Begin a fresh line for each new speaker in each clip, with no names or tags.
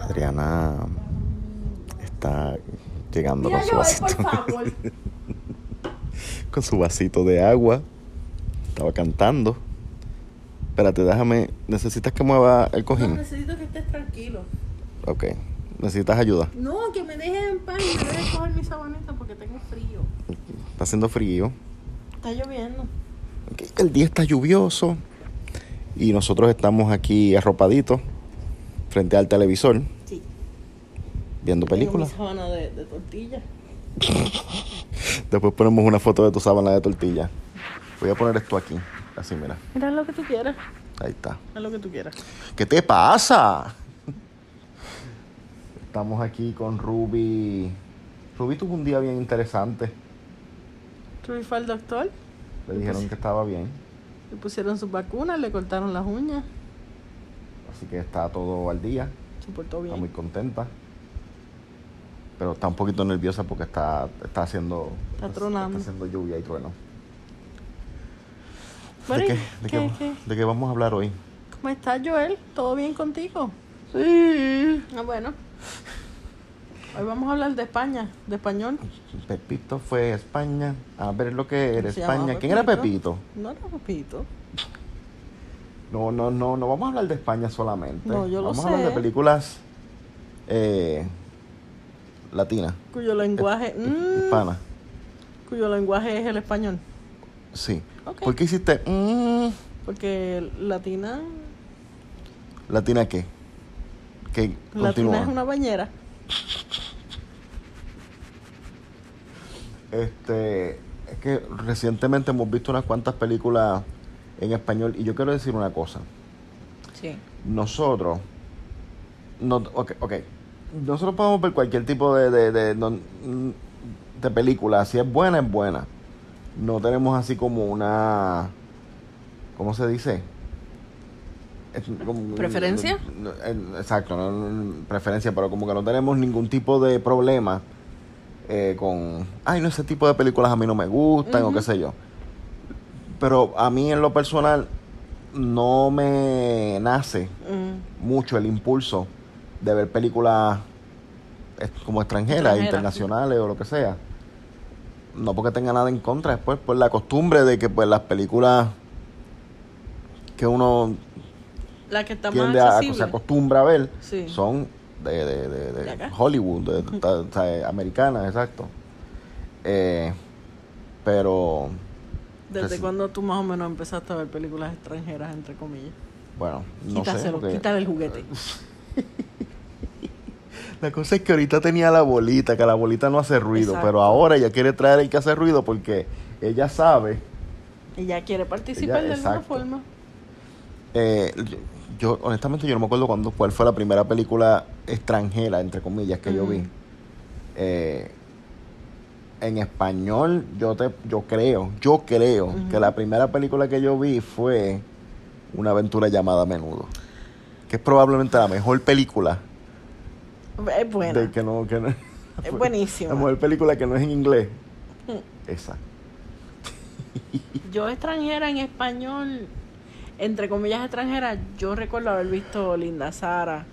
Adriana está llegando
Mira,
con su
Joel,
vasito.
por favor.
con su vasito de agua. Estaba cantando. Espérate, déjame. ¿Necesitas que mueva el
No,
cojín?
necesito que estés tranquilo.
Ok. ¿Necesitas ayuda?
No, que me dejes en paz y me dejes coger mi sabanita porque tengo frío.
Está haciendo frío.
Está lloviendo.
Ok, El día está lluvioso. Y nosotros estamos aquí arropaditos. Frente al televisor.
Sí.
Viendo películas.
Tengo mi sábana de, de tortilla.
Después ponemos una foto de tu sábana de tortilla. Voy a poner esto aquí. Así, mira.
Mira lo que tú quieras.
Ahí está.
Haz lo que tú quieras.
¿Qué te pasa? Estamos aquí con Ruby. Ruby tuvo un día bien interesante.
Ruby fue al doctor,
Le dijeron que estaba bien.
le pusieron sus vacunas, le cortaron las uñas.
Así que está todo al día.
Se portó
Está Ah, muy
bien.
contenta. Pero está un poquito nerviosa porque está, está haciendo.
Está tronando.
Está haciendo lluvia y trueno.
Bueno,
¿De, qué,
¿y
de,
qué-
qué,
qué?
de qué vamos a hablar hoy?
¿Cómo estás, Joel? ¿Todo bien contigo?
Sí.
Ah, bueno. Hoy vamos a hablar de España, de español.
Pepito fue a España a ver lo que era
Se llamaba
España. ¿Quién era
Pepito.
Pepito?
No lo repito.
No, no, no, no vamos a hablar de España solamente.
No, yo lo
vamos a hablar
sé.
de películas eh, latinas,
Cuyo lenguaje. mm,
hispanas.
cuyo lenguaje es el español.
Sí.
Ok.
¿Por qué hiciste mm,
Porque latina.
latina qué? Que
Latina
continúa.
es una bañera.
Este, es que recientemente hemos visto unas cuantas películas en español y yo quiero decir una cosa.
Sí.
Nosotros, no, ok, ok. nosotros podemos ver cualquier tipo de, de, de, no- de película, si es buena, es buena. No tenemos así como una, ¿cómo se dice? Es como-
¿Preferencia?
no, eh, Exacto, no, no, preferencia, pero como que no tenemos ningún tipo de problema eh, con, ay, no, ese tipo de películas a mí no me gustan o
Ujú.
qué sé yo. Pero a mí en lo personal no me nace
Mm,
mucho el impulso de ver películas eh, como extranjeras,
Extranjeras.
internacionales o lo que sea. No porque tenga nada en contra, es pues, por, por la costumbre de que pues las películas que uno
La que está más
tiende a, se
accesible.
acostumbra a ver
Sí.
son de, de- de- de
De acá.
Hollywood, de, de- ta- o sea, eh, americanas, exacto. Eh, pero
¿Desde
Reci-
cuándo tú más o menos empezaste a ver películas extranjeras, entre comillas?
bueno, no sé.
Quítaselo,
porque-
quítale el juguete.
La cosa es que ahorita tenía la bolita, que la bolita no hace ruido,
Exacto.
pero ahora ella quiere traer el que hace ruido porque ella sabe.
Ella quiere participar
Ella-
de alguna
exacto.
forma.
eh, yo- yo, honestamente, yo no me acuerdo cuándo, cuál fue la primera película extranjera, entre comillas, que yo
Ujú.
vi. Eh, en español, yo te, yo creo, yo creo
Ujú.
que la primera película que yo vi fue Una aventura llamada Menudo, que es probablemente la mejor película
Es buena.
de que no, que no-
Es buenísima.
La mejor película que no es en inglés.
Mm.
Esa.
Yo extranjera en español, entre comillas extranjera, yo recuerdo haber visto Linda Sara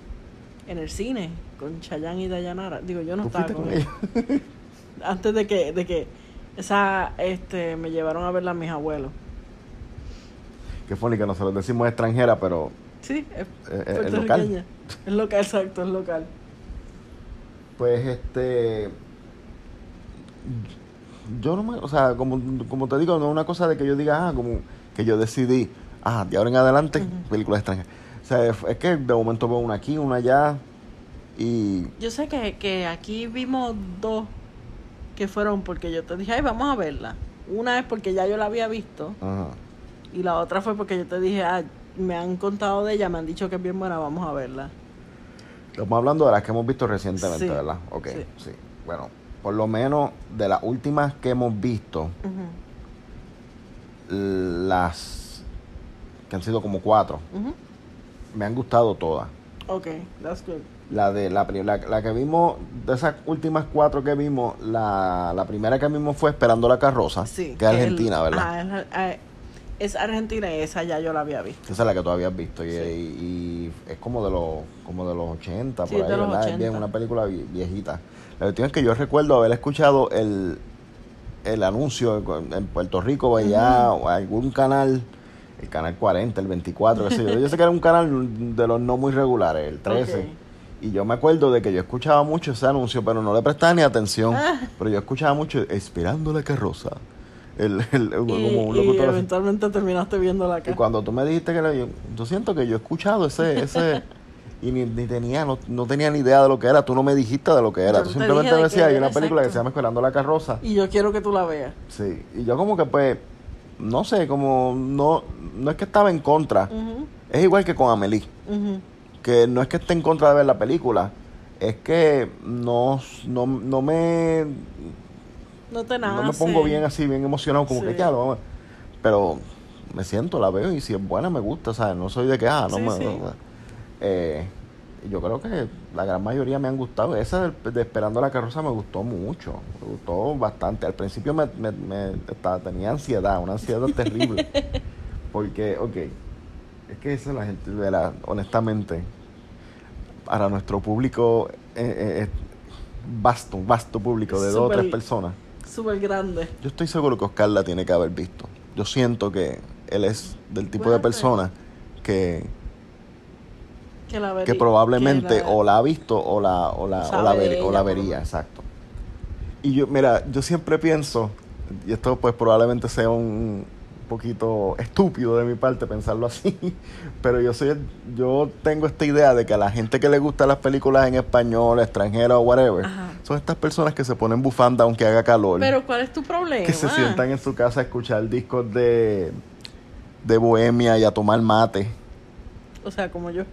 en el cine con Chayanne y Dayanara. Digo, yo no
¿Tú
estaba
fuiste
con,
con
ellos.
ella?
Antes de que, de que esa, este, me llevaron a verla a mis abuelos.
Qué funny que nosotros decimos extranjera, pero
Sí, es
eh, eh, es local.
puertorriqueña. Es local, exacto, es local.
Pues este. Yo no me. O sea, como, como te digo, no es una cosa de que yo diga, ah, como que yo decidí, ah, de ahora en adelante,
Ujú.
películas extranjeras. O sea, es, es que de momento veo una aquí, una allá. Y.
Yo sé que, que aquí vimos dos que fueron porque yo te dije, ay, vamos a verla. Una es porque ya yo la había visto.
Ajá.
Y la otra fue porque yo te dije, ah, me han contado de ella, me han dicho que es bien buena, vamos a verla.
Estamos hablando de las que hemos visto recientemente,
Sí,
¿verdad? Ok,
sí.
sí. Bueno, por lo menos de las últimas que hemos visto,
Ujú,
las que han sido como cuatro,
ujú.
me han gustado todas.
Ok, that's good.
La de la, pri- la, la que vimos, de esas últimas cuatro que vimos, la, la primera Ah, que vimos fue Esperando la Carroza,
Sí.
que es Argentina,
el-
¿verdad?
ajá, es la- ah, es argentina y esa ya yo la había visto.
Esa es la que tú habías visto y,
Sí.
y- y es como de los como de los 80
Sí,
por
es
ahí,
de los
¿verdad? Es bien
80.
una película vie- viejita. La cuestión es que yo recuerdo haber escuchado el, el anuncio en- en Puerto Rico, veía algún canal, el canal 40, el 24, qué sé yo. Yo sé que era un canal de los no muy regulares, el 13.
Ok.
Y yo me acuerdo de que yo escuchaba mucho ese anuncio, pero no le prestaba ni atención.
Ah.
Pero yo escuchaba mucho Esperando la carroza. El, el,
Y,
como un
y
locutor así.
eventualmente terminaste viéndola
Y
acá.
cuando tú me dijiste que la yo, yo siento que yo he escuchado ese, ese y ni, ni tenía, no, no tenía ni idea de lo que era, tú no me dijiste de lo que era,
Yo
tú
no te
simplemente
dije
me
de
decías,
qué
hay
era,
una película que se
exacto.
llama Esperando la carroza,
Y yo quiero que tú la veas.
sí, y yo como que pues, no sé, como no, no es que estaba en contra,
Ujú,
es igual que con Amelie,
ujú.
que no es que esté en contra de ver la película, es que no, no, no me
No te nace.
no me pongo bien así, bien emocionado, como
Sí.
que ya lo vamos. a- Pero me siento, la veo y si es buena me gusta, ¿sabes? No soy de que, ah, no
Sí,
me.
sí.
no- Eh, yo creo que la gran mayoría me han gustado. Esa del- de Esperando la Carroza me gustó mucho, me gustó bastante. Al principio me, me- me estaba- tenía ansiedad, una ansiedad terrible. Porque, ok, es que eso la gente, de la- honestamente, para nuestro público, eh, eh, eh, vasto, vasto público de dos o tres
Súper-
personas.
Súper grande.
Yo estoy seguro que Oscar la tiene que haber visto. Yo siento que él es del tipo de
Puede ser.
persona que,
Que la vería.
que probablemente o la ha visto o la, o la,
Sabe
o la, ver- o
de
la
ella, por lo
vería,
menos.
exacto. Y yo, mira, yo siempre pienso, y esto pues probablemente sea un poquito estúpido de mi parte pensarlo así, pero yo soy, yo tengo esta idea de que a la gente que le gustan las películas en español, extranjera o whatever,
Ajá.
son estas personas que se ponen bufanda aunque haga calor
Pero ¿cuál es tu problema?
que se sientan en su casa a escuchar discos de, de bohemia y a tomar mate.
O sea, como yo.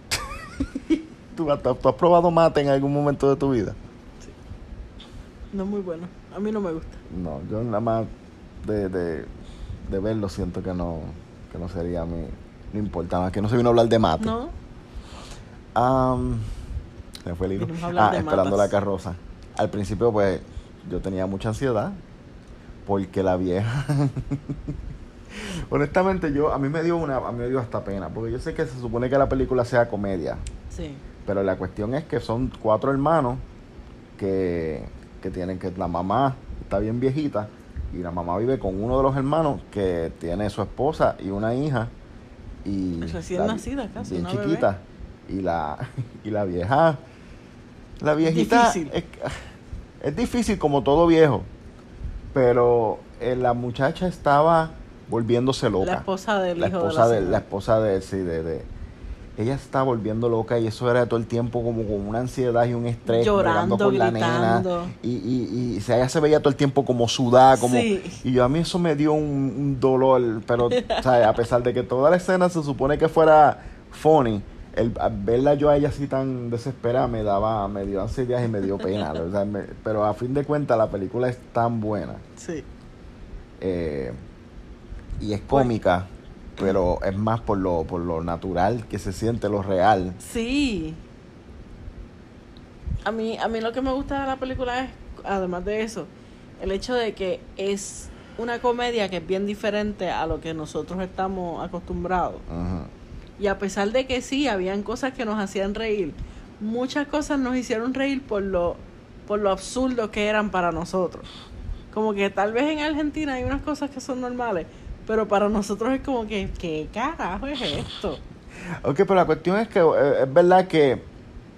¿Tú, tú- tú has probado mate en algún momento de tu vida?
No es muy bueno. A mí no me gusta.
No, yo nada más de, de, de verlo siento que no, que no sería mi... No importa, nada más que no se vino a hablar de mate.
No.
Am, se me fue el hilo.
Vinimos a hablar
Ah,
de
esperando
matas.
la carroza. Al principio, pues, yo tenía mucha ansiedad porque la vieja. Honestamente, yo a mí me dio una, a mí me dio hasta pena porque yo sé que se supone que la película sea comedia,
Sí.
pero la cuestión es que son cuatro hermanos que, que tienen que la mamá está bien viejita y la mamá vive con uno de los hermanos que tiene su esposa y una hija y
Recién nacida, casi,
bien
una bebé.
chiquita y la y la vieja la viejita
Difícil.
Es, es difícil como todo viejo pero eh, la muchacha estaba volviéndose loca
La esposa del
la
hijo
esposa
de
de,
la,
la esposa de sí de, de- ella se estaba volviendo loca y eso era todo el tiempo como con una ansiedad y un estrés
Llorando,
bregando con la
gritando.
nena y, y, y se, ella se veía todo el tiempo como sudada como
Sí.
y yo a mí eso me dio un, un dolor pero o sea, a pesar de que toda la escena se supone que fuera funny el al verla yo a ella así tan desesperada me daba me dio ansiedad y me dio pena la verdad, me- pero a fin de cuentas la película es tan buena
Sí.
eh, y es
Pues,
cómica, pero es más por lo, por lo natural que se siente, lo real.
Sí. A mí, a mí lo que me gusta de la película es, además de eso, el hecho de que es una comedia que es bien diferente a lo que nosotros estamos acostumbrados.
Ujú.
Y a pesar de que sí, habían cosas que nos hacían reír, muchas cosas nos hicieron reír por lo, por lo absurdo que eran para nosotros. Como que tal vez en Argentina hay unas cosas que son normales, pero para nosotros es como que, ¿qué carajo es esto?
Ok, pero la cuestión es que eh, es verdad que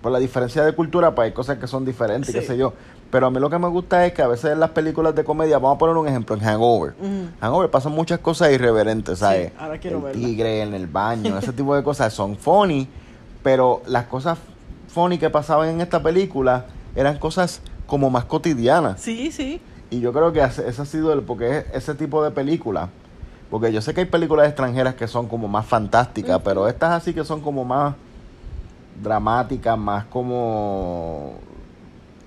por la diferencia de cultura, pues hay cosas que son diferentes, qué
Sí.
sé yo. Pero a mí lo que me gusta es que a veces en las películas de comedia, vamos a poner un ejemplo, en Hangover.
Ujú.
Hangover pasan muchas cosas irreverentes, ¿sabes?
Sí, ahora quiero
el
verla.
tigre en el baño, ese tipo de cosas son funny, pero las cosas funny que pasaban en esta película eran cosas como más cotidianas.
Sí, sí.
Y yo creo que hace- ese ha sido el, porque es ese tipo de película. Porque yo sé que hay películas extranjeras que son como más fantásticas,
Ujú.
pero estas así que son como más dramáticas, más como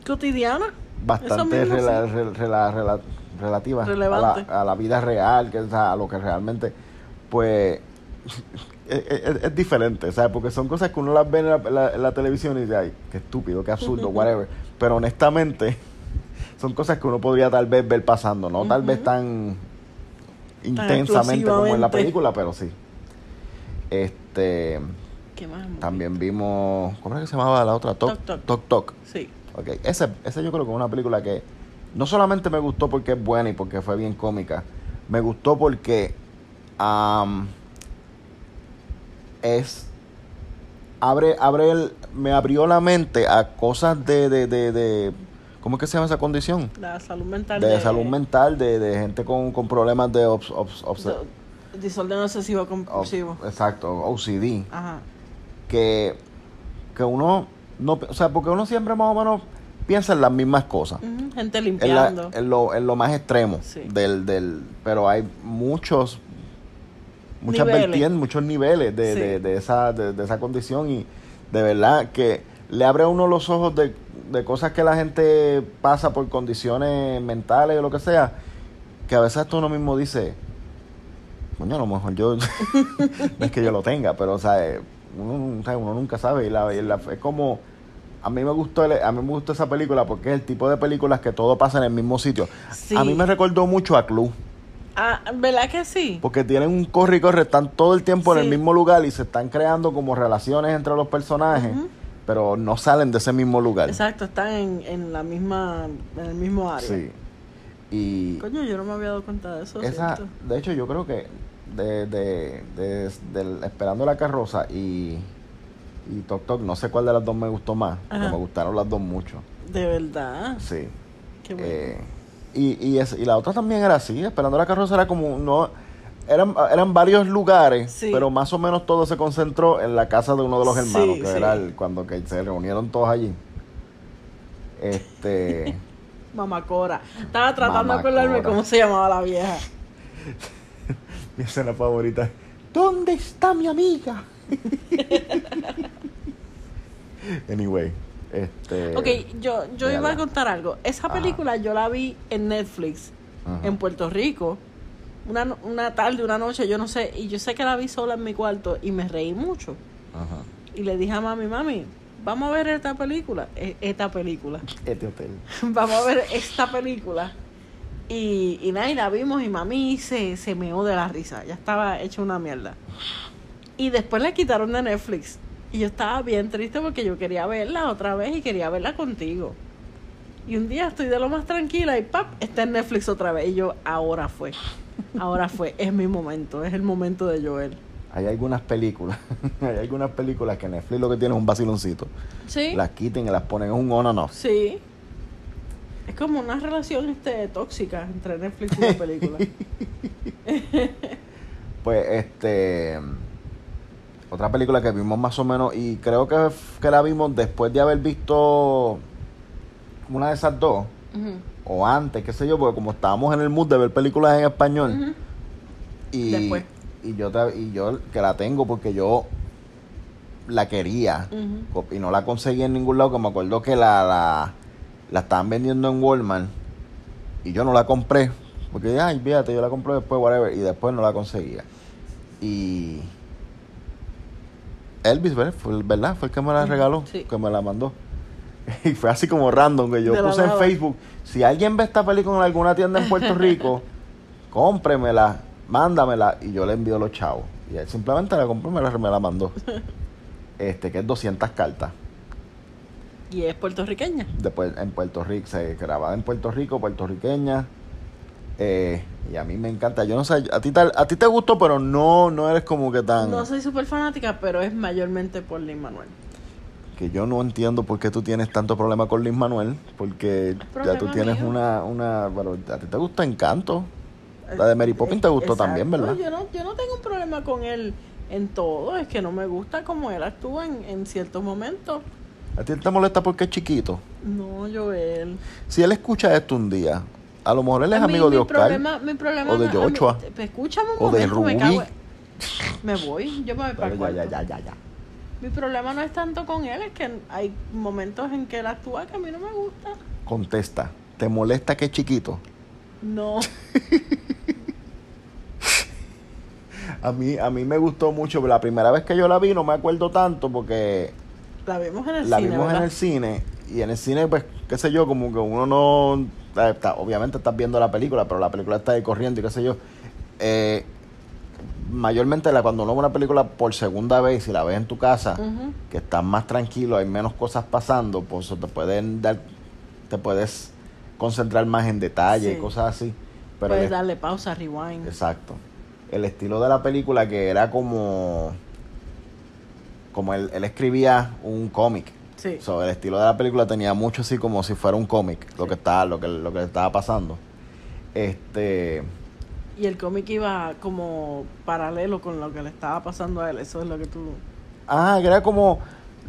cotidiana.
bastante
Eso mismo,
rela-
sí.
rel- rela- rela- relativas a la,
Relevante.
a la vida real, que es a lo que realmente, pues, es, es- es diferente, ¿sabes? Porque son cosas que uno las ve en la, la- en la televisión y dice, ay, qué estúpido, qué absurdo, whatever. Pero honestamente, son cosas que uno podría tal vez ver pasando, no tal vez
Ujú.
tan intensamente como en la
exclusivamente.
película, pero sí. Este,
¿Qué más? hemos
también vimos, ¿cómo era que se llamaba la otra? Toc
Toc
Toc.
Toc.
Toc,
visto? Sí.
Ok, esa ese yo creo que es una película que no solamente me gustó porque es buena y porque fue bien cómica, me gustó porque am, es abre abre el, me abrió la mente a cosas de, de, de, de ¿cómo es que se llama esa condición?
La salud mental.
De, salud mental, de, de gente con, con problemas de obs- obs- obs-
de- Desorden obsesivo compulsivo.
ob- exacto, OCD,
Ajá.
que, que uno no, o sea, porque uno siempre más o menos piensa en las mismas cosas.
Ujú, Gente
en, la-
limpiando.
en lo, en lo más extremo
Sí.
del, del pero hay muchos muchas
Niveles.
vertientes muchos niveles de,
Sí.
de- de esa de, de esa condición y de verdad que le abre a uno los ojos de, de cosas que la gente pasa por condiciones mentales o lo que sea que a veces hasta uno mismo dice coño a lo mejor yo no es que yo lo tenga pero o sea eh, uno, o sea, uno nunca sabe y la, y la- es como a mí me gustó el- a mí me gustó esa película porque es el tipo de películas que todo pasa en el mismo sitio.
Sí.
A mí me recordó mucho a Club,
Ah, ¿verdad que sí?
porque tienen un corre y corre, están todo el tiempo en el
Sí.
mismo lugar y se están creando como relaciones entre los personajes,
Ujú.
pero no salen de ese mismo lugar.
Exacto, están en, en la misma, en el mismo área.
Sí. Y
Coño, yo no me había dado cuenta de eso.
esa,
siento.
de hecho yo creo que de, de, de- del Esperando la carroza y y Tok Tok, no sé cuál de las dos me gustó más, pero
Ajá.
me gustaron las dos mucho.
De verdad.
Sí.
Qué bueno.
Eh, y, y, es- y la otra también era así, esperando la carroza era como no eran, eran varios lugares,
Sí.
pero más o menos todo se concentró en la casa de uno de los
Sí,
hermanos, que
sí.
era el, cuando que se reunieron todos allí. Este,
Mamacora. Estaba tratando de acordarme
Mamacora.
cómo se llamaba la vieja.
mi escena favorita. ¿Dónde está mi amiga? anyway, este
Ok, yo, yo iba
véala.
a contar algo. Esa
Ajá.
película yo la vi en Netflix,
ajá.
en Puerto Rico. Una, no- una tarde, una noche, yo no sé. Y yo sé que la vi sola en mi cuarto y me reí mucho.
Ajá.
Y le dije a mami, mami, vamos a ver esta película. e- Esta película.
Este hotel.
vamos a ver esta película. Y, y nada, y la vimos y mami se, se meó de la risa. Ya estaba hecha una mierda. Y después la quitaron de Netflix. Y yo estaba bien triste porque yo quería verla otra vez y quería verla contigo. Y un día estoy de lo más tranquila y ¡pap! Está en Netflix otra vez. Y yo, ahora fue. Ahora fue. Es mi momento. Es el momento de Joel.
Hay algunas películas, hay algunas películas que Netflix lo que tiene es un vaciloncito.
¿Sí?
las quiten y las ponen en un on and off.
Sí. Es como una relación este, tóxica entre Netflix y la película.
Pues este otra película que vimos más o menos y creo que, f- que la vimos después de haber visto una de esas dos
Ujú.
o antes, qué sé yo, porque como estábamos en el mood de ver películas en español
Ujú.
y
Después.
y yo te- y yo que la tengo porque yo la quería
Ujú.
co- y no la conseguí en ningún lado, que me acuerdo que la, la, la estaban vendiendo en Walmart y yo no la compré, porque dije, ay, fíjate, yo la compré después, whatever, y después no la conseguía. Y Elvis, ¿verdad? Fue, el- ¿verdad? Fue el que me la
Ujú,
regaló,
sí.
que me la mandó. Y fue así como random, que yo
De la
puse en
nada.
Facebook, si alguien ve esta película en alguna tienda en Puerto Rico, cómpremela, mándamela, y yo le envío los chavos. Y él simplemente la compró y me la, me la mandó. Este, que es 200 cartas.
Y es puertorriqueña.
Después en Puerto Rico, se grababa en Puerto Rico, puertorriqueña. Eh, y a mí me encanta. Yo no sé, a ti, tal- a ti te gustó, pero no, no eres como que tan.
No soy súper fanática, pero es mayormente por Lin Manuel.
Que yo no entiendo por qué tú tienes tanto problema con Luis Manuel. Porque ya tú
problema
tienes
mío.
una, una. Pero a ti te gusta Encanto. La de Mary Poppins te gustó
Exacto.
también, ¿verdad?
Yo no, yo no tengo un problema con él en todo. Es que no me gusta cómo él actúa en, en ciertos momentos.
A ti te molesta porque es chiquito.
No, Joel.
Si él escucha esto un día, a lo mejor él es
Mi-
amigo
mi,
de Oscar.
Problema, mi problema
o de
no- a mí-
Joshua,
te- escúchame un
o de
momento, me
Rubí.
cago en- Me voy, yo me voy para
Dale, ya,
el
ya,
cuarto.
ya, ya, ya.
Mi problema no es tanto con él, es que hay momentos en que él actúa que a mí no me gusta.
Contesta. ¿Te molesta que es chiquito?
No.
A mí, a mí me gustó mucho, pero la primera vez que yo la vi no me acuerdo tanto porque
La vimos en el
la
cine,
vimos en
¿verdad?
el cine y en el cine, pues, qué sé yo, eh, como que uno no... está- obviamente estás viendo la película, pero la película está ahí corriendo y qué sé yo. eh, mayormente la, cuando uno ve una película por segunda vez y si la ves en tu casa,
Ujú.
que estás más tranquilo, hay menos cosas pasando, pues te pueden dar, te puedes concentrar más en detalle
Sí. Pues
y cosas así. Pero
Puedes
el-
darle pausa, rewind.
Exacto. El estilo de la película que era como. Como él, él escribía un cómic.
Sí.
So, el estilo de la película tenía mucho así como si fuera un cómic, lo
Sí.
que estaba, lo que, lo que estaba pasando. Este,
Y el cómic iba como paralelo con lo que le estaba pasando a él. Eso es lo que tú.
ah, que era como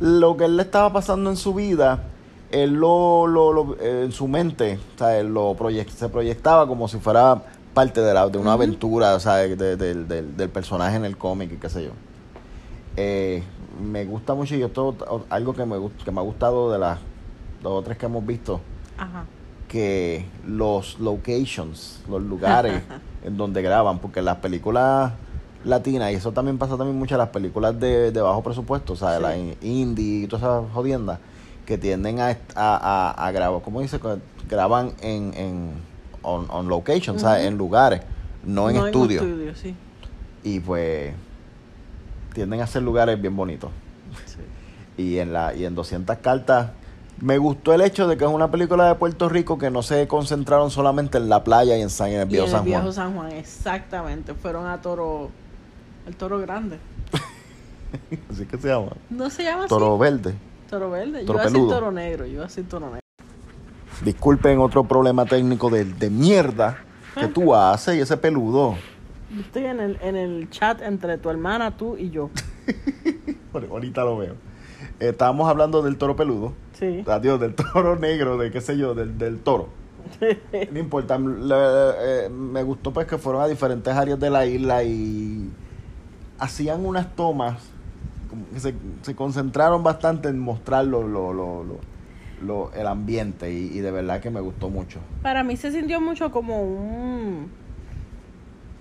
lo que él le estaba pasando en su vida, él lo, lo- lo- eh, en su mente, o sea, él lo proyec- se proyectaba como si fuera parte de, la, de una
Ujú.
aventura, o sea, de- de- del- del- del personaje en el cómic y qué sé yo. Eh, me gusta mucho y esto o- algo que me, gust- que me ha gustado de las dos o tres que hemos visto.
Ajá.
que los locations, los lugares en donde graban, porque las películas latinas, y eso también pasa también muchas las películas de, de bajo presupuesto, o sea,
Sí.
las in- indie y todas esas jodiendas, que tienden a, est- a, a- a grabar, ¿cómo dice? Co- Graban en, en on, on location, o sea,
Ujú.
en lugares, no en estudio.
estudio, sí.
Y pues tienden a ser lugares bien bonitos
Sí.
y en la y en 200 cartas me gustó el hecho de que es una película de Puerto Rico que no se concentraron solamente en la playa y en, San, en el
Y en
viejo
el
San Juan.
viejo San Juan, exactamente. Fueron a toro. El toro grande.
Así que se llama.
No se llama
Toro Verde.
así. Toro verde.
Toro
yo así
peludo.
toro negro. Yo así toro negro.
Disculpen otro problema técnico de, de mierda que
Ah.
tú haces y ese peludo.
Yo Estoy en el, en el chat entre tu hermana, tú y yo.
Ahor- Ahorita lo veo. Eh, Estábamos hablando del toro peludo.
Sí.
Adiós, del toro negro, de qué sé yo, del, del toro. No importa, le- eh, me gustó pues que fueron a diferentes áreas de la isla y hacían unas tomas, como que se, se concentraron bastante en mostrar lo, lo- lo- lo- lo- el ambiente y, y de verdad que me gustó mucho.
Para mí se sintió mucho como un.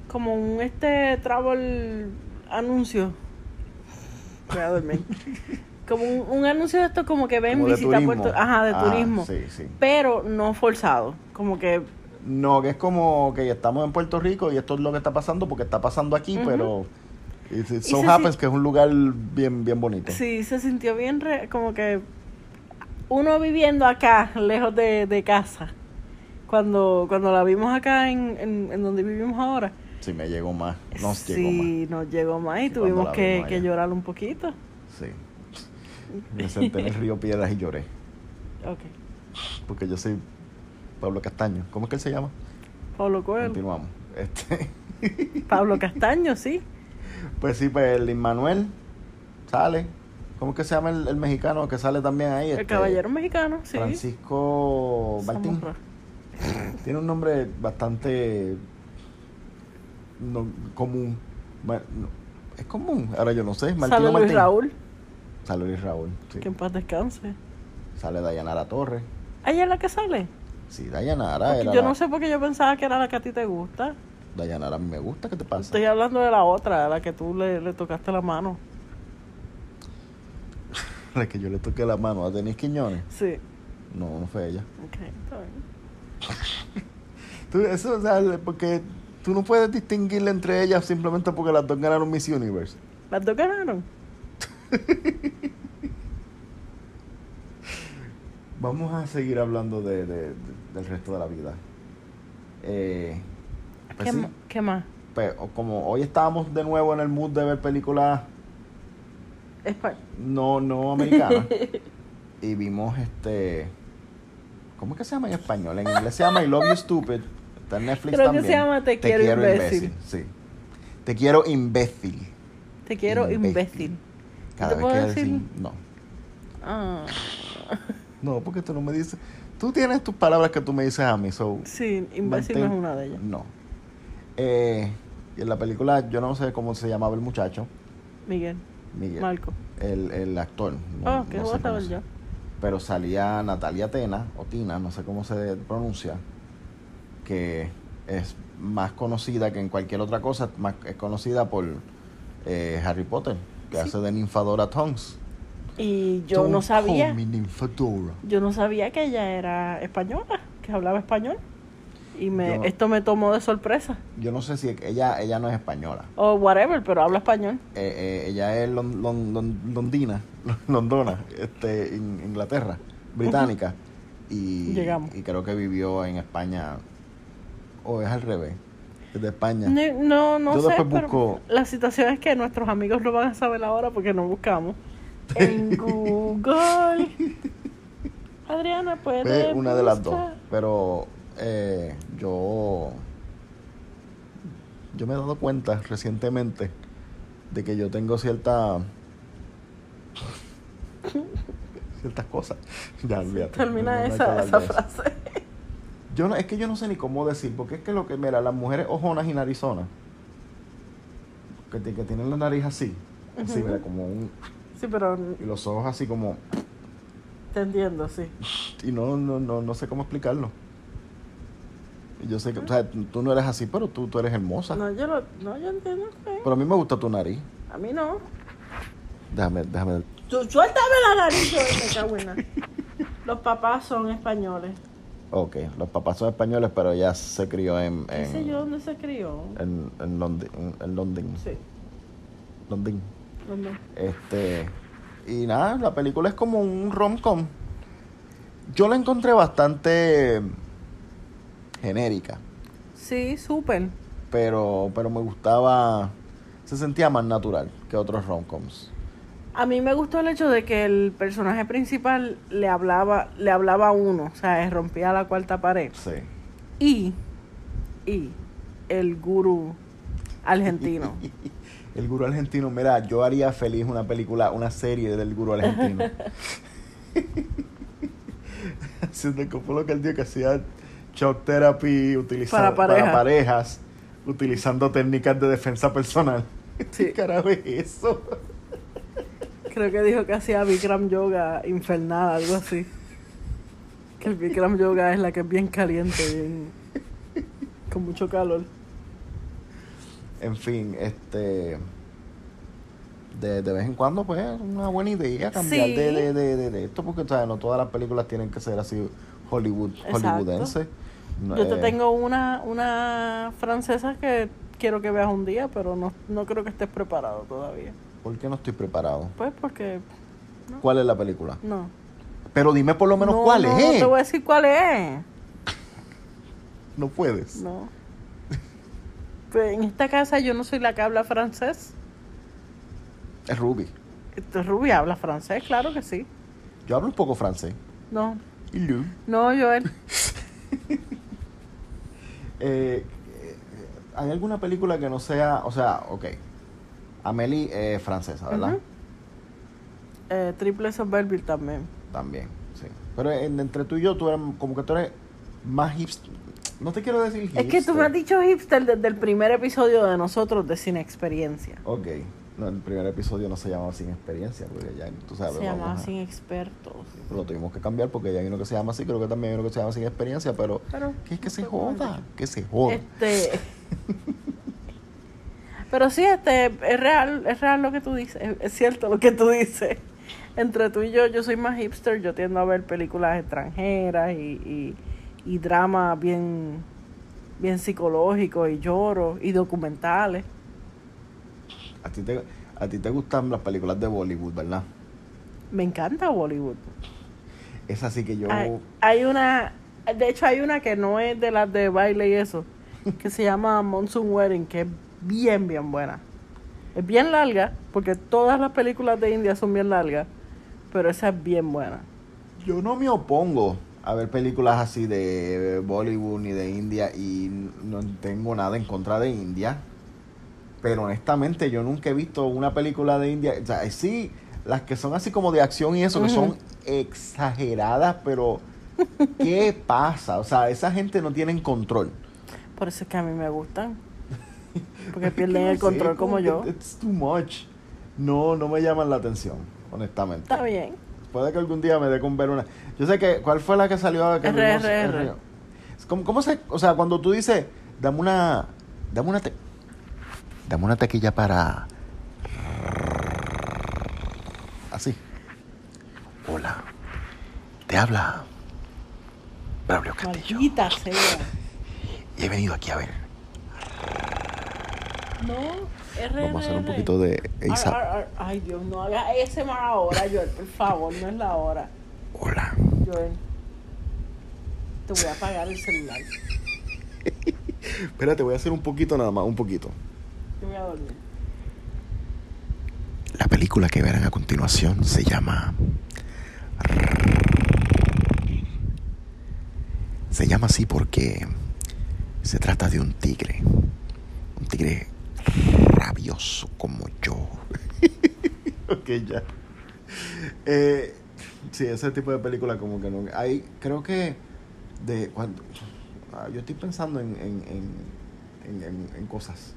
Como un este travel anuncio. Voy a dormir. Como un, un anuncio de esto, como que ven
Como de
visita a
turismo.
Puerto Ajá, de
Ah,
turismo.
sí, sí.
Pero no forzado. Como que.
No, que es como que estamos en Puerto Rico y esto es lo que está pasando porque está pasando aquí,
Ujú.
pero it- it
Y
so
se
happens
si-
que es un lugar bien, bien bonito.
Sí, se sintió bien. re- como que. Uno viviendo acá, lejos de, de casa. Cuando, cuando la vimos acá en, en, en donde vivimos ahora.
Sí, me llegó más, nos
sí,
llegó más.
nos llegó más y
Sí, cuando
tuvimos
la
que,
vimos
que
allá.
llorar un poquito.
Sí. Me senté en el río Piedras y lloré.
Ok.
porque yo soy Pablo Castaño. ¿Cómo es que él se llama?
Pablo Coelho.
Continuamos. Este,
Pablo Castaño, sí.
pues sí, pues el Manuel sale. ¿Cómo es que se llama el, el mexicano que sale también ahí?
El
Este,
caballero mexicano, sí.
Francisco Martín.
Zamorra.
Tiene un nombre bastante no- común. Ma- no, es común, ahora yo no sé. Martín
Sale
o
Luis
Martín.
Raúl,
Sale Luis Raúl. sí.
que en paz descanse.
Sale Dayanara Torres.
¿Ella es la que sale?
Sí, Dayanara
Porque
Ah, era.
yo
la-
no sé por qué yo pensaba que era la que a ti te gusta.
Dayanara a mí me gusta, ¿qué te pasa?
Estoy hablando de la otra, a la que tú le, le tocaste la mano.
La que yo le toqué la mano a Denis Quiñones.
Sí.
No, no fue ella.
Ok, está bien.
Tú, eso, o sea, le- porque tú no puedes distinguirla entre ellas simplemente porque las dos ganaron Miss Universe.
¿Las dos ganaron?
Vamos a seguir hablando de, de- de- del resto de la vida. Eh, pues
¿Qué,
sí,
ma- qué más?
pues, o- como hoy estábamos de nuevo en el mood de ver películas
Es pa-
no, no americanas y vimos este... ¿Cómo es que se llama en español? En inglés se llama I Love You Stupid. Está en Netflix
Creo que
también.
se llama Te Quiero Imbécil.
Sí. Te quiero imbécil.
Te quiero
Imbécil.
imbécil.
Cada vez
puedo
que
decir?
decir no.
Ah,
No, porque tú no me dices. Tú tienes tus palabras que tú me dices a mí, so.
sí, imbécil no
mantén-
es una de ellas.
No. Eh, en la película, yo no sé cómo se llamaba el muchacho,
Miguel,
Miguel.
Marco.
El, el actor. No,
Oh, ¿qué
no sé
voy
cómo
a saber
se-
yo?
Pero salía Natalia Tena, o Tina, no sé cómo se pronuncia, que es más conocida que en cualquier otra cosa, más, es conocida por eh, Harry Potter, que
Sí.
hace de Ninfadora Tongs.
Y yo
Don't
no
call
sabía.
me Ninfadora.
Yo no sabía que ella era española, que hablaba español. Y me,
Yo-
esto me tomó de sorpresa.
Yo no sé si ella, ella no es española.
O whatever, pero habla español.
Eh, eh, ella es lon- lon- lon- londina, londona, este, in- Inglaterra, británica. Y,
Llegamos.
y creo que vivió en España, o es al revés, es de España.
Ni- No, no
Yo
sé,
después
pero
busco-
la situación es que nuestros amigos lo van a saber ahora porque no buscamos. En Google. Adriana, puede
Fue una de las dos.
buscar?
Pero eh, yo. Yo me he dado cuenta recientemente de que yo tengo cierta. ciertas cosas. Ya, Ah, olvídate.
Termina
No, no hay que
esa,
hablar
esa
de eso.
frase.
Yo no, es que yo no sé ni cómo decir, porque es que lo que, mira, las mujeres ojonas y narizonas, que, ti- que tienen la nariz así, así,
Ujú.
mira, como un,
Sí, pero
y los ojos así como,
te entiendo, sí.
y no, no, no, no sé cómo explicarlo. Y yo sé que, o sea, tú tú no eres así, pero tú, tú eres hermosa.
No, yo, lo, no, yo entiendo. sí.
Pero a mí me gusta tu nariz.
A mí no.
Déjame, déjame.
Tú, suéltame la nariz, yo me cago en la- Los papás son españoles.
Ok, los papás son españoles, pero ella se crió en,
¿Qué sé yo
en,
dónde se crió?
en, en London, en, en London,
Sí,
London.
¿dónde?
Este. Y nada, la película es como un rom-com. Yo la encontré bastante genérica,
Sí, súper.
pero, pero me gustaba. Se sentía más natural que otros rom-coms.
A mí me gustó el hecho de que el personaje principal le hablaba, le hablaba a uno, o sea, rompía la cuarta pared.
Sí.
Y, y el gurú argentino.
El gurú argentino, mira, yo haría feliz una película, una serie del gurú argentino. Haciendo como lo que él dijo que hacía shock therapy utilizando,
Para parejas.
parejas, utilizando técnicas de defensa personal.
Sí.
¿Qué carajo es eso?
Creo que dijo que hacía Bikram Yoga infernal, algo así. Que el Bikram Yoga es la que es bien caliente, bien, con mucho calor.
En fin, este. De, de vez en cuando, pues, es una buena idea cambiar
Sí.
de, de- de- de- de esto, porque ¿sabes? no todas las películas tienen que ser así Hollywood,
Exacto.
hollywoodense. No,
Yo te
eh,
tengo una, una francesa que quiero que veas un día, pero no, no creo que estés preparado todavía.
¿Por qué no estoy preparado?
Pues porque
¿Cuál es la película?
no.
Pero dime por lo menos
no,
cuál
no,
es. ¿eh?
No te voy a decir cuál es.
No puedes.
No. Pues en esta casa yo no soy la que habla francés.
Es Ruby.
Esto es Rubia habla francés, claro que sí.
Yo hablo un poco francés.
No.
Y Lou.
No, Joel.
Eh, eh, ¿Hay alguna película que no sea, o sea, ok. Amélie eh, es francesa, ¿verdad?
Ujú. Eh, Triple Somerville también.
También, sí. Pero en- entre tú y yo, tú eres como que tú eres más hipster. No te quiero decir hipster.
Es que tú me has dicho hipster desde el primer episodio de nosotros de Sin Experiencia.
Ok. No, el primer episodio no se llamaba Sin Experiencia, porque ya tú sabes.
Se
vamos
llamaba
a-
Sin Expertos.
Lo tuvimos que cambiar porque ya hay uno que se llama así, creo que también hay uno que se llama Sin Experiencia, pero
Pero
Que es que se joda, que se joda.
Este. Pero sí, este, es real, es real lo que tú dices, es- es cierto lo que tú dices. Entre tú y yo, yo soy más hipster, yo tiendo a ver películas extranjeras y, y, y drama bien, bien psicológico y lloro y documentales.
A ti, te, a ti te gustan las películas de Bollywood, ¿verdad?
Me encanta Bollywood.
Es así que yo...
Hay, hay una, de hecho hay una que no es de las de baile y eso, que se llama Monsoon Wedding, que es bien, bien buena. Es bien larga, porque todas las películas de India son bien largas, pero esa es bien buena.
Yo no me opongo a ver películas así de Bollywood ni de India y no tengo nada en contra de India. Pero honestamente yo nunca he visto una película de India. O sea, eh, sí, las que son así como de acción y eso, que son exageradas, pero ¿qué pasa? O sea, esa gente no tienen control.
Por eso es que a mí me gustan, porque
Es que
pierden
no
el
sé,
control como
que
yo.
It's too much. No, no me llaman la atención, honestamente.
Está bien.
Puede que algún día me dé con ver una. Yo sé que, ¿cuál fue la que salió? Que vimos?
RRR.
R. Es como- ¿Cómo, se.? O sea, cuando tú dices, dame una. Dame una. te- dame una taquilla para. Así. Hola. Te habla. Braulio Castillo.
Maldita sea.
Y he venido aquí a ver.
No, RRR.
Vamos a hacer un poquito de
Ar,
ASAP.
ar, ar. Ay, Dios, no hagas ASMR ahora, Joel, por favor, no es la hora.
Hola.
Joel, eh, te voy a apagar el celular.
Espérate, voy a hacer un poquito nada más, un poquito.
Yo voy a dormir.
La película que verán a continuación se llama. Se llama así porque se trata de un tigre. Un tigre rabioso como yo. ok, ya. Eh, sí, ese tipo de película como que no. Hay, creo que de cuando. ah, yo estoy pensando en, en, en, en, en- en cosas.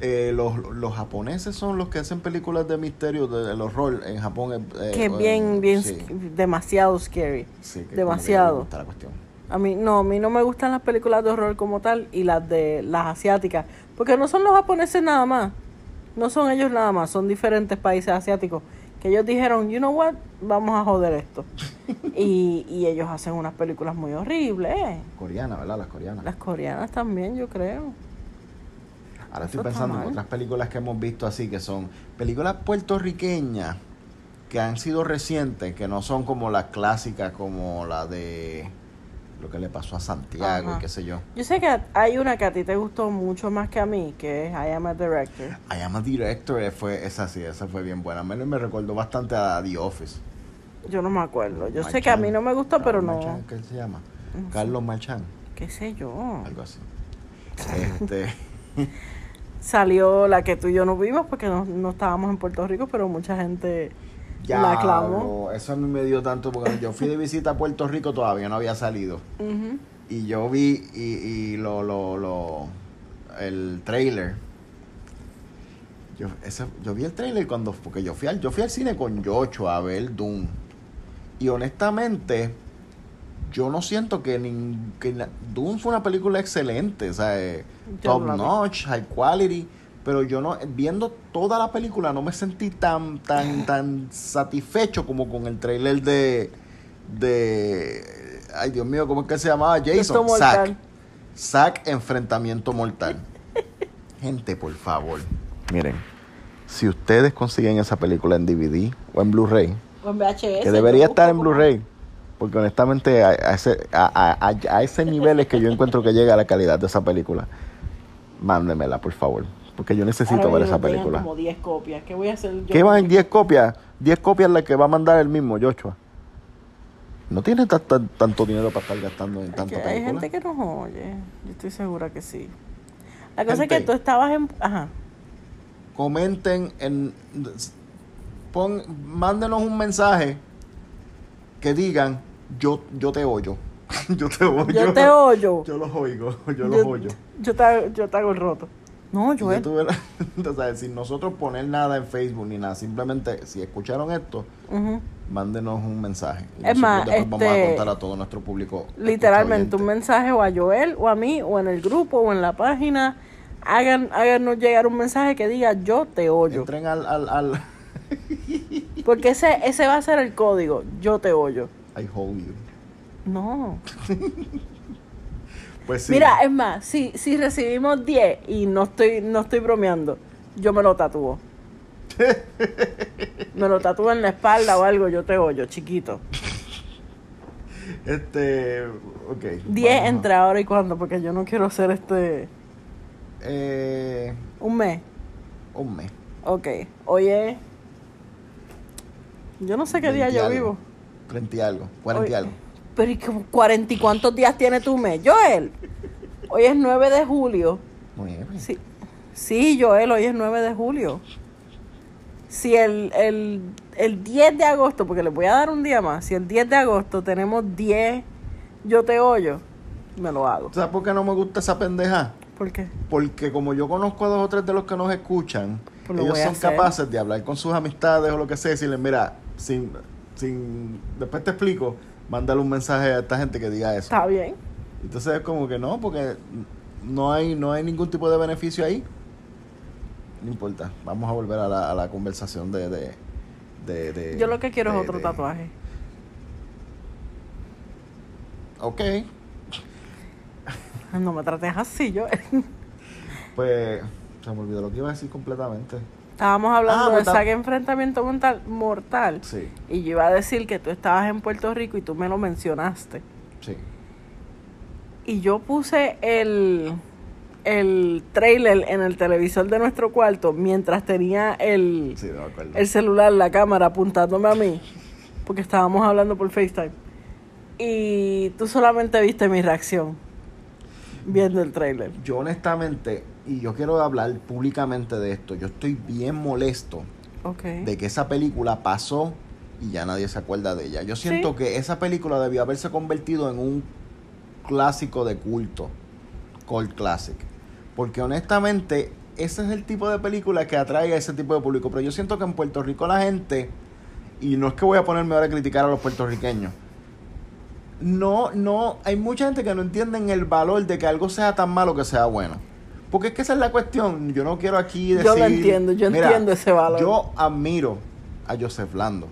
Eh, los, los japoneses son los que hacen películas de misterio, de, del horror en Japón. eh,
Que
eh,
es bien, bien,
sí.
sc- demasiado scary.
Sí, que como que
Demasiado.
me gusta la cuestión.
A mí no, a mí no me gustan las películas de horror como tal y las de las asiáticas, porque no son los japoneses nada más, no son ellos nada más, son diferentes países asiáticos que ellos dijeron, you know what, vamos a joder esto. y, y ellos hacen unas películas muy horribles, eh.
Coreana, ¿verdad? Las coreanas.
las coreanas también, yo creo.
Ahora
eso
estoy
está
pensando en
mal.
otras películas que hemos visto así, que son películas puertorriqueñas que han sido recientes, que no son como las clásicas, como la de lo que le pasó a Santiago
Ajá.
y qué sé yo.
Yo sé que a- hay una que a ti te gustó mucho más que a mí, que es I Am a Director.
I Am a Director, eh, fue, esa sí, esa fue bien buena. Me, me recordó bastante a The Office.
Yo no me acuerdo. Yo sé
Marchand.
que a mí no me gustó, pero
Carlos
no.
Marchand, ¿Qué se llama?
No sé.
Carlos Marchand,
¿Qué sé yo?
algo así. Este,
salió la que tú y yo no vimos porque no, no estábamos en Puerto Rico, pero mucha gente
ya,
la clavó.
no, eso a mí me dio tanto, porque yo fui de visita a Puerto Rico todavía, no había salido.
Ujú.
Y yo vi y, y lo, lo, lo, el trailer. Yo, ese- yo vi el trailer cuando, porque yo fui al, yo fui al cine con Yocho a ver Doom. Y honestamente, yo no siento que, nin- que na- Doom fue una película excelente, o sea, eh,
Yo
top
no la vi.
notch, high quality. Pero yo no, viendo toda la película, no me sentí tan, tan, tan satisfecho como con el trailer de, de, ay Dios mío, ¿cómo es que se llamaba?
Esto
Jason,
mortal.
Zack. Zack, enfrentamiento mortal. Gente, por favor. Miren, si ustedes consiguen esa película en DVD o en Blu-ray,
O en VHS.
que debería
yo
estar en
busco
Blu-ray, porque honestamente a, a ese, a, a- a- a ese nivel es que yo encuentro que llega la calidad de esa película, mándemela, por favor, porque yo
como-
necesito
ahora
ver esa
mismo tengan
película.
como 10 copias. ¿Qué voy a hacer yo?
¿Qué van 10 copias? 10 copias las que va a mandar el mismo Joshua. No tiene tan- tan- tanto dinero para estar gastando en
Hay
tanta
que- Hay
película.
gente que nos oye. Yo estoy segura que sí. La cosa
Gente.
es que tú estabas en. Ajá.
comenten en pon, mándenos un mensaje que digan yo yo te oyo yo te oyo
Yo te oyo.
yo los oigo yo los oyo
yo te, eh. hago- yo te hago el roto. No,
yo
yo él.
tuve la- o sea, sin nosotros poner nada en Facebook ni nada simplemente si escucharon esto mándenos un mensaje Y
Es más,
nosotros después vamos a
este,
contar a todo nuestro público
Literalmente,
escucha
un
oyente.
mensaje o a Joel o a mí o en el grupo o en la página. Hagan, háganos llegar un mensaje que diga yo te oyo.
entren al, al, al
Porque ese, ese va a ser el código. Yo te oyo.
I hold you
No.
pues sí
Mira, es más, si, si recibimos 10 y no estoy, no estoy bromeando, yo me lo tatúo. me lo tatúo en la espalda o algo, yo te oyo, chiquito. eh,
este ok
10
vamos a-
entre ahora y cuando, porque yo no quiero hacer este.
eh,
Un mes.
un mes
Ok. Oye. Yo no sé qué día
20
yo
algo,
vivo.
30 y algo, 40 y
Hoy-
algo.
Pero ¿y cómo- cuarenta y cuántos días tiene tu mes? Joel, hoy es 9 de julio.
Nueve.
Sí, sí, Joel, hoy es 9 de julio. Si el, el, el 10 de agosto, porque les voy a dar un día más, si el 10 de agosto tenemos 10 yo te oyo, me lo hago.
¿Sabes por qué no me gusta esa pendeja?
¿Por qué?
Porque como yo conozco a dos o tres de los que nos escuchan,
Pues lo
ellos
voy a
son
hacer.
capaces de hablar con sus amistades o lo que sea y decirles, mira, sin, sin, después te explico, mándale un mensaje a esta gente que diga eso.
Está bien.
Entonces es como que no, porque no hay, no hay ningún tipo de beneficio ahí. No importa, vamos a volver a la, a la conversación de, de, de- de- eh,
Yo lo que quiero
de-
es otro
de-
tatuaje.
Ok.
No me trates así, yo.
Pues se me olvidó lo que iba a decir completamente.
Estábamos hablando
Ah,
de
verdad.
saque enfrentamiento mortal, mortal.
Sí,
Y yo iba a decir que tú estabas en Puerto Rico y tú me lo mencionaste.
sí.
Y yo puse el, el trailer en el televisor de nuestro cuarto mientras tenía el,
Sí, de acuerdo.
el celular, la cámara apuntándome a mí, porque estábamos hablando por FaceTime. Y tú solamente viste mi reacción viendo el trailer.
Yo honestamente, y yo quiero hablar públicamente de esto, yo estoy bien molesto
Ok.
de que esa película pasó y ya nadie se acuerda de ella. Yo siento
Sí.
que esa película debió haberse convertido en un clásico de culto, cult classic, porque honestamente ese es el tipo de película que atrae a ese tipo de público, pero yo siento que en Puerto Rico la gente y no es que voy a ponerme ahora a criticar a los puertorriqueños. No, no, hay mucha gente que no entienden el valor de que algo sea tan malo que sea bueno. Porque es que esa es la cuestión. Yo no quiero aquí
Yo
decir.
lo entiendo, yo entiendo ese valor.
Yo admiro a Joseph Lando.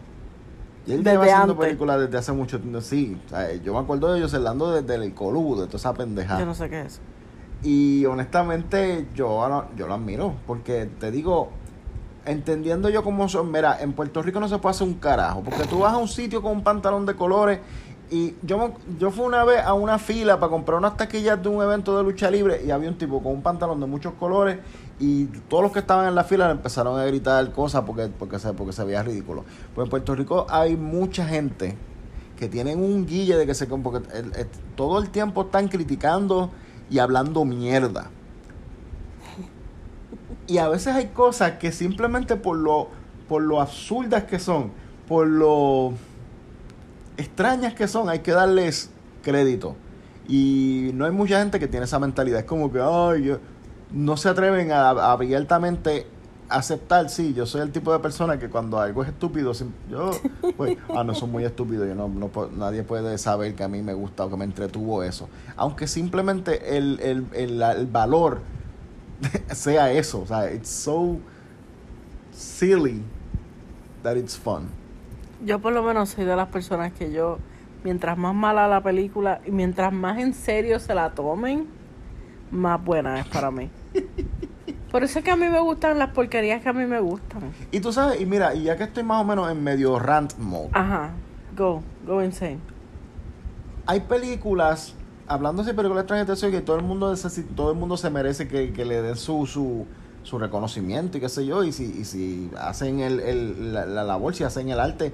Y él
Desde
lleva haciendo
antes.
películas desde hace mucho tiempo. Sí, o sea, yo me acuerdo de Joseph Lando desde el Coludo, de toda esa pendejada.
Yo no sé qué es. eso.
Y honestamente, yo, ahora- yo lo admiro, porque te digo, entendiendo yo cómo son, mira, en Puerto Rico no se puede hacer un carajo, porque tú vas a un sitio con un pantalón de colores y yo, me- yo fui una vez a una fila para comprar unas taquillas de un evento de lucha libre y había un tipo con un pantalón de muchos colores y todos los que estaban en la fila le empezaron a gritar cosas porque, porque, se, porque se veía ridículo. Pues en Puerto Rico hay mucha gente que tienen un guille de que se... Porque el- el- todo el tiempo están criticando y hablando mierda. Y a veces hay cosas que simplemente por lo, por lo absurdas que son, por lo extrañas que son, hay que darles crédito. Y no hay mucha gente que tiene esa mentalidad. Es como que, ay, yo- no se atreven a, a abiertamente aceptar, sí, yo soy el tipo de persona que cuando algo es estúpido, sim- yo, pues, ah, no, soy muy estúpido, yo no, no puedo- nadie puede saber que a mí me gusta o que me entretuvo eso. Aunque simplemente el, el- el- la- el valor sea eso, o sea, it's so silly that it's fun.
Yo por lo menos soy de las personas que yo, mientras más mala la película y mientras más en serio se la tomen, más buena es para mí. Por eso es que a mí me gustan las porquerías que a mí me gustan.
Y tú sabes, y mira, y ya que estoy más o menos en medio rant mode,
Ajá, go, go insane.
hay películas, hablando de películas extranjeras, eso, que todo el mundo necesi- todo el mundo se merece que, que le den su, su, su reconocimiento y qué sé yo, y si, y si hacen el, el- la, la labor, si hacen el arte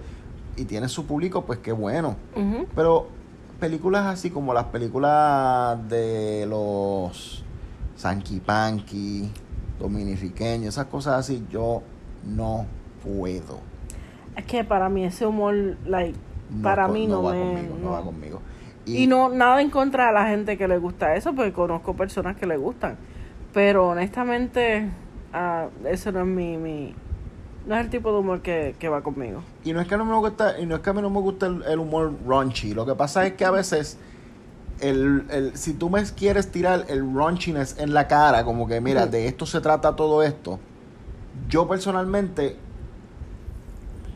y tienen su público, pues qué bueno.
Ujú.
Pero películas así como las películas de los Sanky Panky, dominicanos, esas cosas así, yo no puedo.
Es que para mí ese humor, like,
No
para
co-
mí
no
no,
va
me...
conmigo, no
no.
va conmigo.
Y no, nada en contra de la gente que le gusta eso, porque conozco personas que le gustan. Pero honestamente, ah, ese no es mi, mi... No es el tipo de humor que, que va conmigo.
Y no es que no me gusta, y no es que a mí no me gusta el, el humor raunchy. Lo que pasa es que a veces el, el- si tú me quieres tirar el raunchiness en la cara, como que mira,
Ujú.
de esto se trata todo esto. Yo personalmente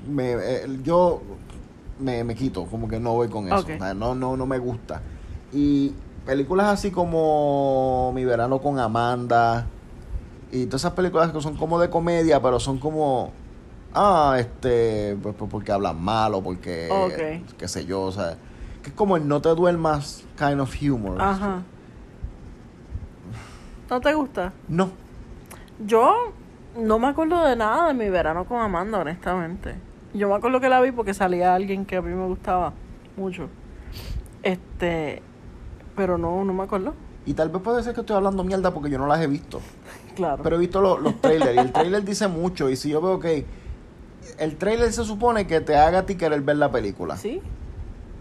me eh, yo me, me quito, como que no voy con eso.
Ok.
O sea, no, no, no me gusta. Y películas así como Mi verano con Amanda y todas esas películas que son como de comedia, pero son como ah, este, pues, pues, porque hablan malo, porque
Ok.
qué sé yo, o sea, que es como el no te duermas kind of humor.
Ajá. ¿No te gusta?
No,
Yo no me acuerdo de nada de mi verano con Amanda, honestamente. Yo me acuerdo que la vi porque salía alguien que a mí me gustaba mucho. Este, pero no, no me acuerdo.
y tal vez puede ser que estoy hablando mierda porque yo no las he visto.
Claro.
Pero he visto lo- los trailers y el trailer dice mucho. Y si yo veo que el trailer se supone que te haga a ti querer ver la película.
¿Sí?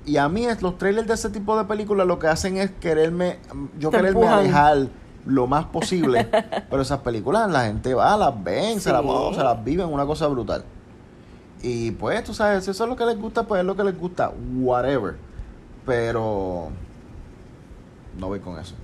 Y a mí es los trailers de ese tipo de películas lo que hacen es quererme, yo
Te
quererme
empujan.
alejar lo más posible. Pero esas películas la gente va, las ven, se, las,
Sí.
oh, se las viven, una cosa brutal. Y pues tú sabes, si eso es lo que les gusta, pues es lo que les gusta, whatever. Pero no voy con eso.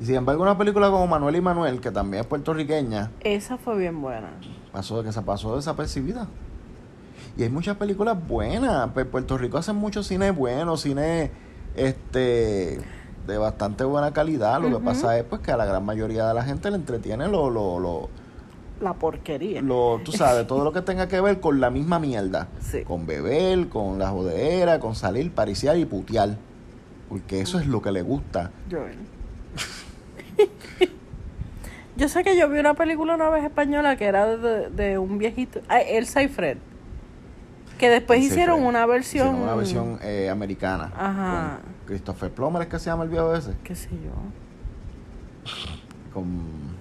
Y sin embargo, una película como Manuel y Manuel, que también es puertorriqueña,
Esa fue bien buena.
pasó que se pasó desapercibida. Pues, Y hay muchas películas buenas. Pu- Puerto Rico hace mucho cine bueno, cine este de bastante buena calidad. Lo que pasa es pues que a la gran mayoría de la gente le entretiene lo, lo, lo,
La porquería.
lo tú sabes, todo lo que tenga que ver con la misma mierda.
Sí.
Con beber, con la jodera, con salir, pariciar y putear. Porque eso es lo que le gusta.
Joel. Yo sé que yo vi una película una vez española que era de, de un viejito, ah, Elsa y Fred, que después
Sí,
Pues hicieron
fue-
una versión,
hicieron una versión eh, americana.
Ajá.
Con Christopher Plummer es que se llama el viejo ese.
qué sé yo,
Con...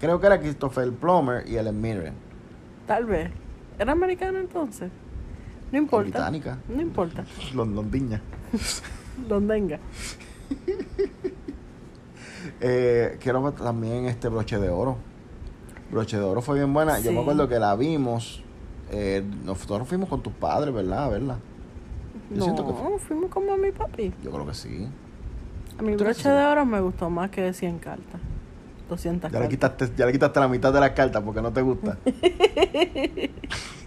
Creo que era Christopher Plummer y Ellen Mirren.
tal vez. ¿Era americana entonces? No
O
importa.
Británica.
No importa,
Lon- Londiña.
donde venga.
Eh, quiero ver también este broche de oro. Broche de oro fue bien buena. Yo me
Sí.
acuerdo que la vimos. eh, nosotros fuimos con tus padres, ¿verdad? A verla. Yo
No,
siento que fue-
fuimos como a mi papi.
Yo creo que sí.
A mi
¿Tú eres así?
broche de oro me gustó más que 100 cartas. 200
Ya le,
cartas.
quitaste, ya le quitaste la mitad de las cartas porque no te gusta.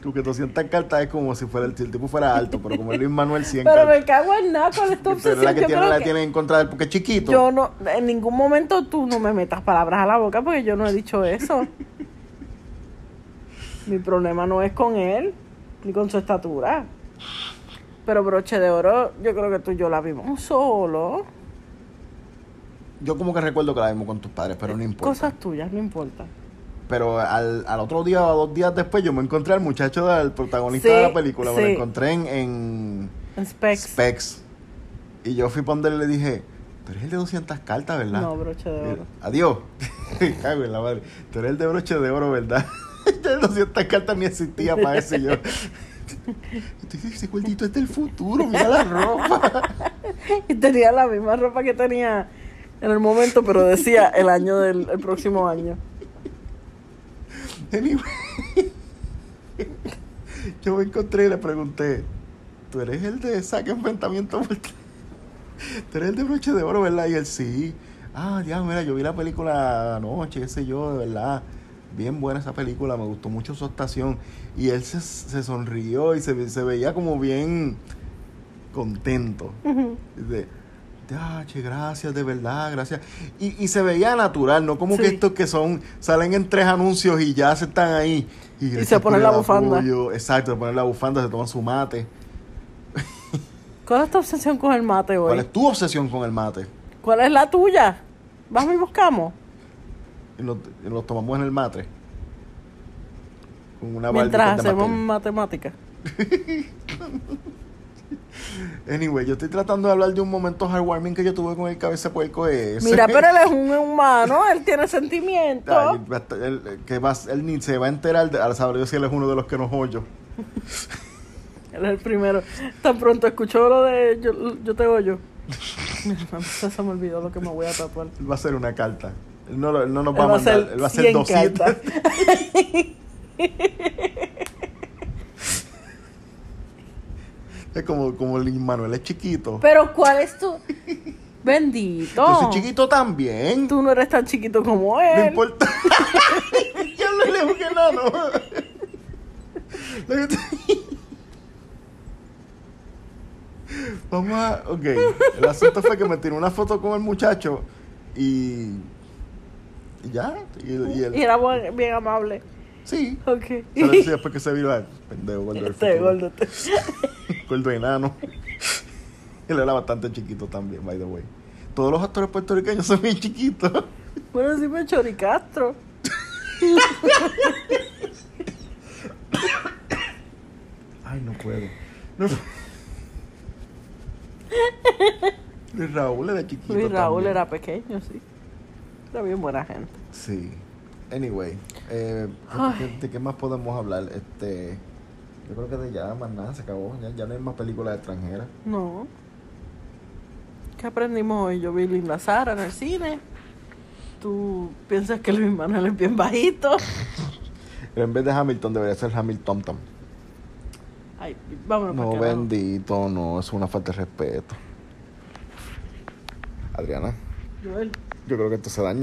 Porque 200 cartas es como si fuera el, si el tipo fuera alto, pero como es Luis Manuel 100
Pero
cartas.
me cago en nada con esta
Pero la
obsesión.
que
Yo
tiene
creo
la
que-
tiene en contra de él porque es chiquito.
Yo no, en ningún momento tú no me metas palabras a la boca porque yo no he dicho eso. Mi problema no es con él, ni con su estatura. Pero broche de oro, yo creo que tú y yo la vimos solo.
Yo como que recuerdo que la vimos con tus padres, pero no importa.
Eh, Cosas tuyas, no importa.
Pero al, al otro día o dos días después yo me encontré al muchacho del protagonista
Sí,
de la película. Me lo
sí.
encontré en, en
Specs.
Specs. Y yo fui para donde él y le dije, tú eres el de 200 cartas, ¿verdad?
No, broche de
Eh,
oro.
Adiós. Me Cago en la madre. Tú eres el de broche de oro, ¿verdad? Ya 200 cartas ni existía para eso. Y yo. Entonces, ese cuertito es del futuro, mira la ropa.
Y tenía la misma ropa que tenía en el momento, pero decía el año del el próximo año.
Anyway. Yo me encontré y le pregunté, ¿tú eres el de saque enfrentamiento? múltiple? ¿Tú eres el de broche de oro, verdad? Y él sí. Ah, ya, mira, yo vi la película anoche, qué sé yo, de verdad. Bien buena esa película, me gustó mucho su actuación. Y él se, se sonrió y se, se veía como bien contento.
Ujú.
Dice, "Ya, che, gracias, de verdad, gracias. Y, y se veía natural, no como que
Sí.
estos que son, salen en tres anuncios y ya se están ahí. Y, gracias
se ponen
por
la
el
bufanda.
apoyo. Exacto, se ponen la bufanda, se toman su mate.
¿Cuál es tu obsesión con el mate hoy?
¿Cuál es tu obsesión con el mate?
¿Cuál es la tuya? Vamos y buscamos.
Y nos, y nos tomamos en el mate. Con una
Mientras
barbita de
hacemos
pastel.
matemáticas.
Anyway, yo estoy tratando de hablar de un momento heartwarming que yo tuve con el cabeza puerco ese.
Mira, pero él es un humano, él tiene sentimientos.
Ay, basta- él, que va, él ni se va a enterar, de, al saber yo si él es uno de los que nos oyó.
Él es el primero. Tan pronto escuchó lo de yo, yo te oyo. Se se me olvidó lo que me voy a tatuar.
Él va a hacer una carta. Él no, lo- él no nos
Él
va a
va a
mandar.
hacer
él va a hacer
100
200.
cartas.
es como, como el Manuel es chiquito.
Pero ¿cuál es tu? Bendito.
Yo soy chiquito también.
Tú no eres tan chiquito como
No
él.
importa. Yo no le busqué nada, no. Lo que te- Vamos a. Ok. El asunto fue que me tiró una foto con el muchacho y. y ya. Y, y él.
Y era buen- bien amable.
Sí.
Ok.
Se lo decía después que se vio al pendejo gordo del
Este
futuro.
gordo. este.
Gordo enano. Él era bastante chiquito también, by the way. Todos los actores puertorriqueños son bien chiquitos.
Bueno, sí fue Choricastro.
Ay, no puedo. No. Luis Raúl era chiquito.
Luis Raúl
también.
era pequeño, sí. Era bien buena gente.
Sí. Anyway, eh,
Ay.
¿de qué más podemos hablar? Este, yo creo que de ya más nada se acabó. Ya, ya no hay más películas extranjeras.
No. ¿Qué aprendimos hoy? Yo vi Linda Sara en el cine. Tú piensas que Luis Manuel es bien bajito.
Pero en vez de Hamilton debería ser Hamilton Tom.
Ay, vámonos
No,
para
bendito, no, es una falta de respeto. Adriana, yo creo que esto se daña.